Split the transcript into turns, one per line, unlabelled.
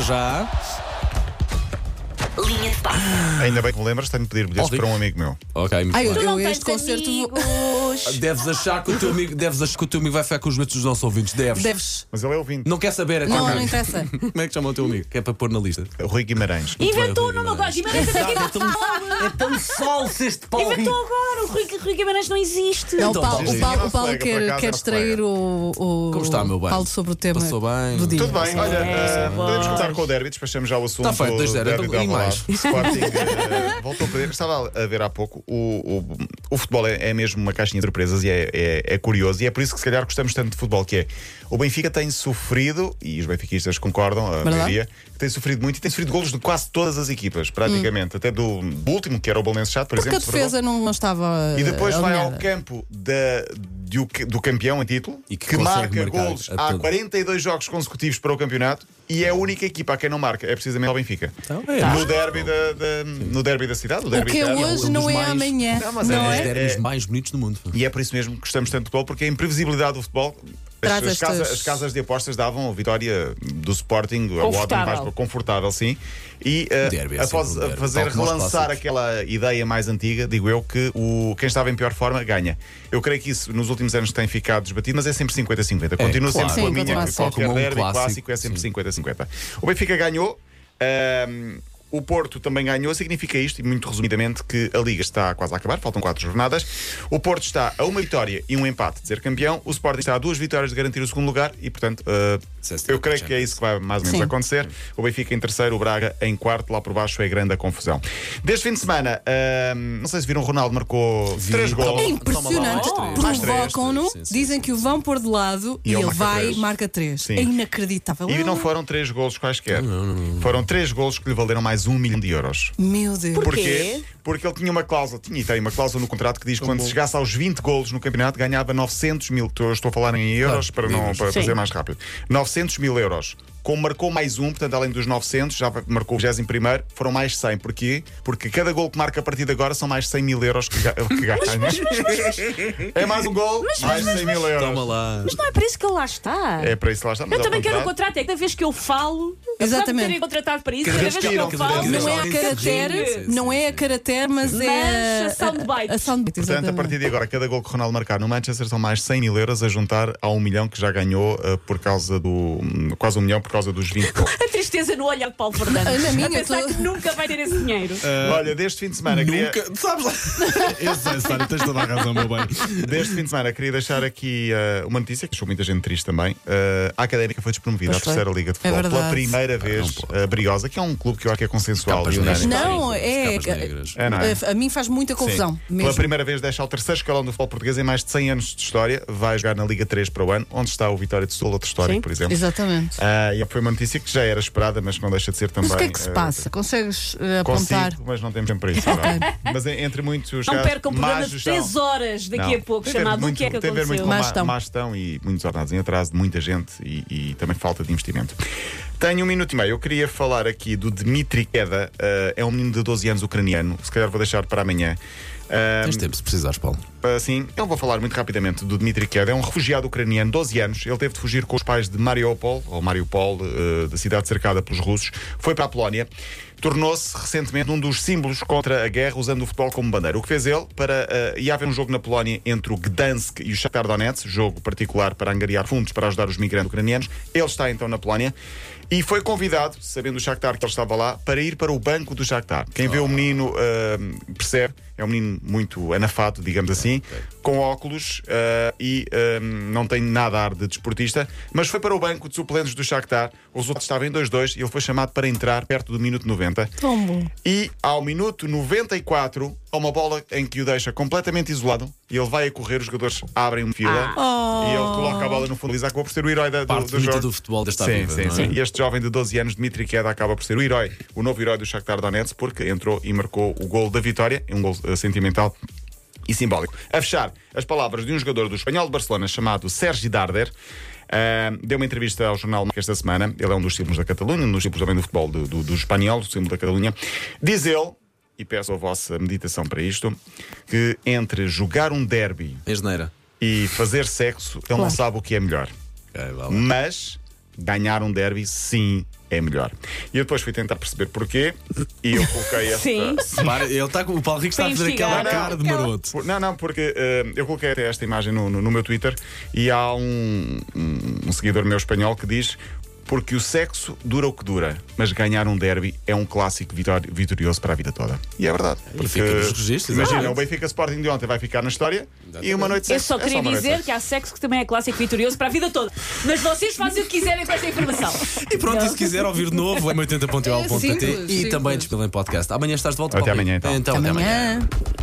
Já.
Linha de passe.
Ainda bem que me lembras, tenho de pedir bilhetes
Óbvio.
para um amigo meu.
Ok, muito
Ai, eu,
bem.
Tu não
eu
tens
este concerto vou-
amigos.
Deves achar que o teu amigo, deves achar que o teu amigo vai ficar com os medos dos nossos ouvintes. Deves.
deves.
Mas ele é ouvinte.
Não quer saber. é
Não,
teu
não
amigo.
interessa.
Como é que chama o teu amigo? Que é para pôr na lista.
Rui Guimarães.
Inventou
Inventou
o
o
nome
nome
agora.
agora. Guimarães é daqui
É tão falso este Paulo
Inventou agora. O Rui, Rui Guimarães não existe.
Não, É o
Então,
Paulo,
sim,
o Paulo,
não
o Paulo
se pega, por
quer,
acaso,
quer
não se
distrair
pega.
o, o
Como está, meu bem?
Paulo sobre o tema
Passou bem?
do dia.
Tudo bem, olha,
É,
ah,
boy.
podemos começar com o derby, despachamos já o assunto.
Tá feito, 2-0,
derby
então,
de
e mais?
Alvalade. Sporting ah, voltou a perder. Estava a ver há pouco, o, o, o futebol é, é mesmo uma caixinha de surpresas e é, é, é curioso, e é por isso que se calhar gostamos tanto de futebol, que é o Benfica tem sofrido, e os benfiquistas concordam, a
Verdade.
maioria, que tem sofrido muito e tem sofrido golos de quase todas as equipas, praticamente, até do último, que era o Balenço Chato, por
Porque a
exemplo. sofreu.
defesa não, não estava.
E depois vai ao
alinhada.
campo da- de o que- do campeão em título,
E que
que,
consegue
marca
marcar
gols
a
há
todo.
42 jogos consecutivos para o campeonato e é a única equipa a quem não marca, é precisamente ao Benfica.
Então, é.
No, derby da, da- no derby da cidade, o
O
derby
que é
interno.
hoje
um
não
dos
é
mais-
amanhã.
Não, mas
Não
Os
é-
é?
derbys mais bonitos do mundo.
E é por isso mesmo que gostamos tanto de futebol, porque a imprevisibilidade do futebol. As,
Traz
as
estas-
casa- as casas de apostas davam a vitória do Sporting, a
Confortável.
mais confortável, sim. E eh,
Derby é
após
sempre um derby,
fazer
tal como os
relançar
clássicos.
aquela ideia mais antiga, digo eu, que o, quem estava em pior forma ganha. Eu creio que isso nos últimos anos tem ficado desbatido, mas é sempre 50-50.
claro.
Continua sempre com a
Sim,
minha,
continua a
que
ser.
qualquer
Como um
derby
clássico,
clássico, é sempre 50-50. O Benfica ganhou. ahm, o Porto também ganhou, significa isto, e muito resumidamente, que a Liga está quase a acabar, faltam quatro jornadas. O Porto está a uma vitória e um empate de ser campeão. O Sporting está a duas vitórias de garantir o segundo lugar e, portanto, ah, eu creio que é isso que vai mais ou menos
Sim.
acontecer. O Benfica em terceiro, o Braga em quarto, lá por baixo é grande a confusão. Deste fim de semana, ahm, não sei se viram, o Ronaldo marcou três
É
gols.
impressionante. um
Toma lá.
Mais três,
Provocam-no,
sim, sim,
dizem que o vão pôr de lado
E
e,
ele
ele
marca
vai
três.
e marca três.
Sim.
É inacreditável.
E não foram três golos quaisquer. Foram três golos que lhe valeram mais um milhão de euros.
Meu Deus.
Por-
Porquê?
Quê?
Porque ele tinha uma cláusula, tinha e tem uma cláusula no contrato que diz que quando chegasse aos 20 golos no campeonato ganhava 900 mil. Estou, estou a falar em euros para, não, para
Sim.
fazer mais rápido. 900 mil euros. Como marcou mais um, portanto, além dos 900, já marcou o 21, foram mais 100. Porquê? Porque cada gol que marca a partir de agora são mais 100 mil euros que, ga- que ganha. é mais um gol, mais 100 mil euros.
Toma lá.
Mas não é para isso que ele lá está.
É para isso que lá está. mas ao
Eu também quero um
contrato-
contrato. É cada vez que eu falo, apesar de
Exatamente.
terem contratado para isso,
Cada
cada
vez
vez que
tiram,
eu
cada
falo,
vez
Não é a
Sim, sim,
caractere,
sim,
não é a
sim.
caractere, mas é.
Mas a soundbite.
A soundbite.
Portanto, a
exatamente.
partir de agora, cada gol que o Ronaldo marcar no Manchester são mais 100 mil euros a juntar a um milhão que já ganhou eh, por causa do. quase um milhão por causa dos 20 gols.
a tristeza no olhar de Paulo Fernandes.
Na minha,
a pensar
tô-
que nunca vai ter esse dinheiro.
Olha, deste fim de semana queria,
Nunca. Sabes lá. É. Eu sei, Sara, tens toda a razão, meu bem.
deste fim de semana queria deixar aqui eh, uma notícia que deixou muita gente triste também. Eh, a Académica foi despromovida à
Pois foi.
terceira liga de
É
futebol pela
verdade.
primeira vez a Briosa, que é um clube que eu acho que é consensual.
Capas
e unânime.
negras.
Não, é.
Capas negras.
É, não é?
A, a mim faz muita confusão.
Sim.
mesmo.
Pela primeira vez deixa o terceiro escalão do futebol português em mais de 100 anos de história. Vai jogar na Liga 3 para o ano, onde está o Vitória de Sul, outro histórico, por exemplo.
Exatamente.
Ah, e foi uma notícia que já era esperada, mas que não deixa de ser também.
Mas o que é que se
ah,
passa? Consegues eh, apontar?
Consigo, mas não temos tempo para isso. agora. mas en- entre muitos.
Não
casos,
percam um
má
programa de
gestão.
3 horas daqui
Não.
a pouco,
Tem ver
chamado
muito-
O que é que
tem a ver muito
aconteceu?
com
Má
má,
gestão.
má gestão e muitos ordenados em atraso de muita gente e, e também falta de investimento. Tenho um minuto e meio. Eu queria falar aqui do Dmitry Keda. Ah, é um menino de 12 anos ucraniano. Se calhar vou deixar para amanhã. Ah,
Tens tempo, se precisares, Paulo.
Uh, Sim, eu vou falar muito rapidamente do Dmitry Keda. É um refugiado ucraniano, 12 anos. Ele teve de fugir com os pais de Mariupol, ou Mariupol, uh, da cidade cercada pelos russos. Foi para a Polónia. Tornou-se recentemente um dos símbolos contra a guerra, usando o futebol como bandeira. O que fez ele para. Uh, ia haver um jogo na Polónia entre o Gdansk e o Shakhtar Donetsk, jogo particular para angariar fundos para ajudar os migrantes ucranianos. Ele está então na Polónia e foi convidado, sabendo o Shakhtar que ele estava lá, para ir para o banco do Shakhtar. Quem vê o menino ah, percebe, é um menino muito anafato, digamos assim, com óculos ah, e ah, não tem nada a ar de desportista, mas foi para o banco de suplentes do Shakhtar. O resultado estava em 2-2 e ele foi chamado para entrar perto do minuto 90.
Tombo.
E ao minuto 94, há é uma bola em que o deixa completamente isolado e ele vai a correr, os jogadores abrem uma fila e ele coloca a bola no fundo e acaba por ser o herói da, do,
Parte
do
bonita
jogo.
do futebol desta
sim,
vida,
sim,
não é?
sim. E este jovem de 12 anos, Dmitry Keda, acaba por ser o herói, o novo herói do Shakhtar Donetsk, porque entrou e marcou o gol da vitória, um gol eh, sentimental e simbólico. A fechar, as palavras de um jogador do Espanhol de Barcelona chamado Sérgio Darder. ah, deu uma entrevista ao jornal Marca esta semana. Ele é um dos símbolos da Catalunha, um dos símbolos também do futebol do, do, do espanhol, do símbolo da Catalunha. Diz ele, e peço a vossa meditação para isto, que entre jogar um derby
Engeneira.
e fazer sexo, ele não sabe o que é melhor.
Ok, vá lá.
Mas ganhar um derby, sim, é melhor. E eu depois fui tentar perceber porquê e eu coloquei esta.
Sim.
Para, ele tá, com- o Paulo Rico está a
Para
fazer aquela
investigar.
cara de maroto.
Por- não, não, porque eh, eu coloquei até esta imagem no, no- no meu Twitter e há um, um- um seguidor meu espanhol que diz. Porque o sexo dura o que dura, mas ganhar um derby é um clássico vitor- vitorioso para a vida toda. E é verdade. Porque,
fica nos registros, é.
imagina,
exatamente.
o Benfica Sporting de ontem vai ficar na história e uma noite de
Eu
sexo.
só
é
queria
uma noite de
dizer
sexo.
que há sexo que também é clássico vitorioso para a vida toda. Mas vocês fazem o que quiserem com esta informação.
E pronto, e se quiser ouvir de novo, é
É simples,
80.pt e
simples.
também disponível em podcast. Amanhã estás de volta
Até
Paulo
amanhã,
Rico.
então.
então até amanhã.
Amanhã.